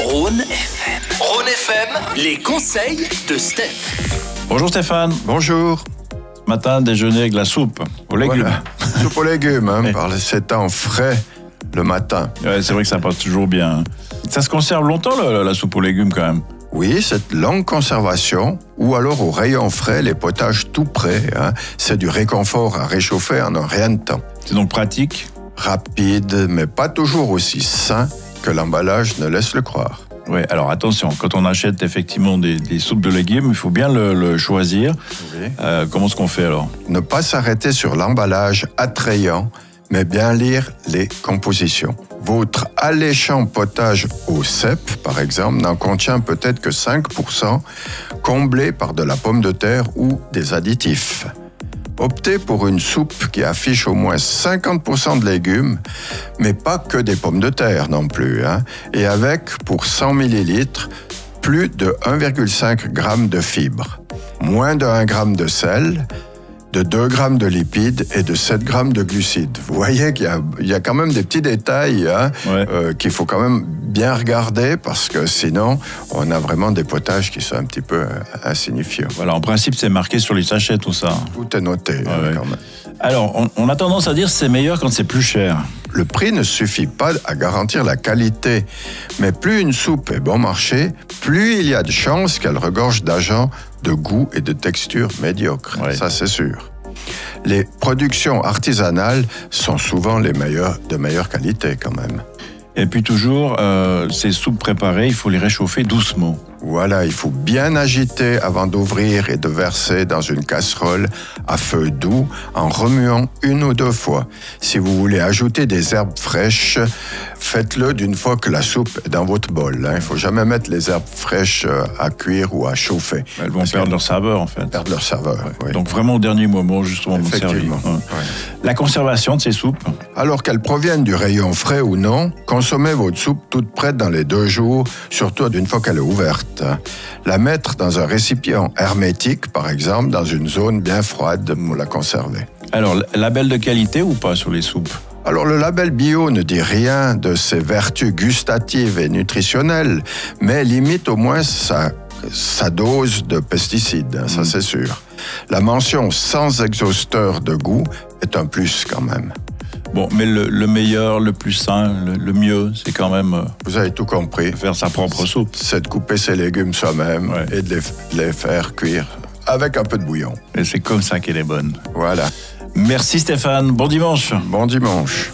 Rhône FM. Rhône FM, les conseils de Steph. Bonjour Stéphane. Bonjour. Ce Matin, déjeuner avec la soupe aux légumes. Voilà. Soupe aux légumes, hein, par les sept ans frais le matin. Ouais, c'est vrai que ça passe toujours bien. Ça se conserve longtemps le- la soupe aux légumes quand même. Oui, cette longue conservation, ou alors au rayon frais, les potages tout prêts, hein, c'est du réconfort à réchauffer en un rien de temps. C'est donc pratique. Rapide, mais pas toujours aussi sain que l'emballage ne laisse le croire. Ouais, alors attention, quand on achète effectivement des, des soupes de légumes, il faut bien le, le choisir. Euh, comment est-ce qu'on fait alors Ne pas s'arrêter sur l'emballage attrayant, mais bien lire les compositions. Votre alléchant potage au cèpe, par exemple, n'en contient peut-être que 5%, comblé par de la pomme de terre ou des additifs. Optez pour une soupe qui affiche au moins 50% de légumes, mais pas que des pommes de terre non plus, hein, et avec, pour 100 ml, plus de 1,5 g de fibres, moins de 1 g de sel, de 2 grammes de lipides et de 7 grammes de glucides. Vous voyez qu'il y a- il y, a quand même des petits détails hein, Ouais. euh, qu'il faut quand même bien regarder parce que sinon, on a vraiment des potages qui sont un petit peu euh, insignifiants. Voilà, en principe, c'est marqué sur les sachets tout ça. Tout est noté hein, Ah ouais. quand même. Alors, on, on a tendance à dire c'est meilleur quand c'est plus cher. Le prix ne suffit pas à garantir la qualité, mais plus une soupe est bon marché, plus il y a de chances qu'elle regorge d'agents de goût et de texture médiocre. Ouais. Ça, c'est sûr. Les productions artisanales sont souvent les meilleures, de meilleure qualité quand même. Et puis toujours, euh, ces soupes préparées, il faut les réchauffer doucement. Voilà, il faut bien agiter avant d'ouvrir et de verser dans une casserole à feu doux en remuant une ou deux fois. Si vous voulez ajouter des herbes fraîches, faites-le d'une fois que la soupe est dans votre bol. hein. Il ne faut jamais mettre les herbes fraîches euh, à cuire ou à chauffer. Elles vont Parce perdre qu'elles leur saveur en fait. perdent leur saveur. oui. Donc vraiment au dernier moment, justement, vous servir. Effectivement. Ouais. Ouais. La conservation de ces soupes, Alors qu'elles proviennent du rayon frais ou non, consommez votre soupe toute prête dans les deux jours, surtout d'une fois qu'elle est ouverte. La mettre dans un récipient hermétique, par exemple, dans une zone bien froide pour la conserver. alors l- label de qualité ou pas sur les soupes Alors le label bio ne dit rien de ses vertus gustatives et nutritionnelles, mais limite au moins sa, sa dose de pesticides, hein, ça c'est sûr. La mention sans exhausteur de goût est un plus quand même. Bon, mais le, le meilleur, le plus sain, le, le mieux, c'est quand même euh, Vous avez tout compris. faire sa propre soupe. c'est de couper ses légumes soi-même Ouais. et de les, de les faire cuire avec un peu de bouillon. Et c'est comme ça qu'elle est bonne. Voilà. Merci Stéphane, bon dimanche Bon dimanche.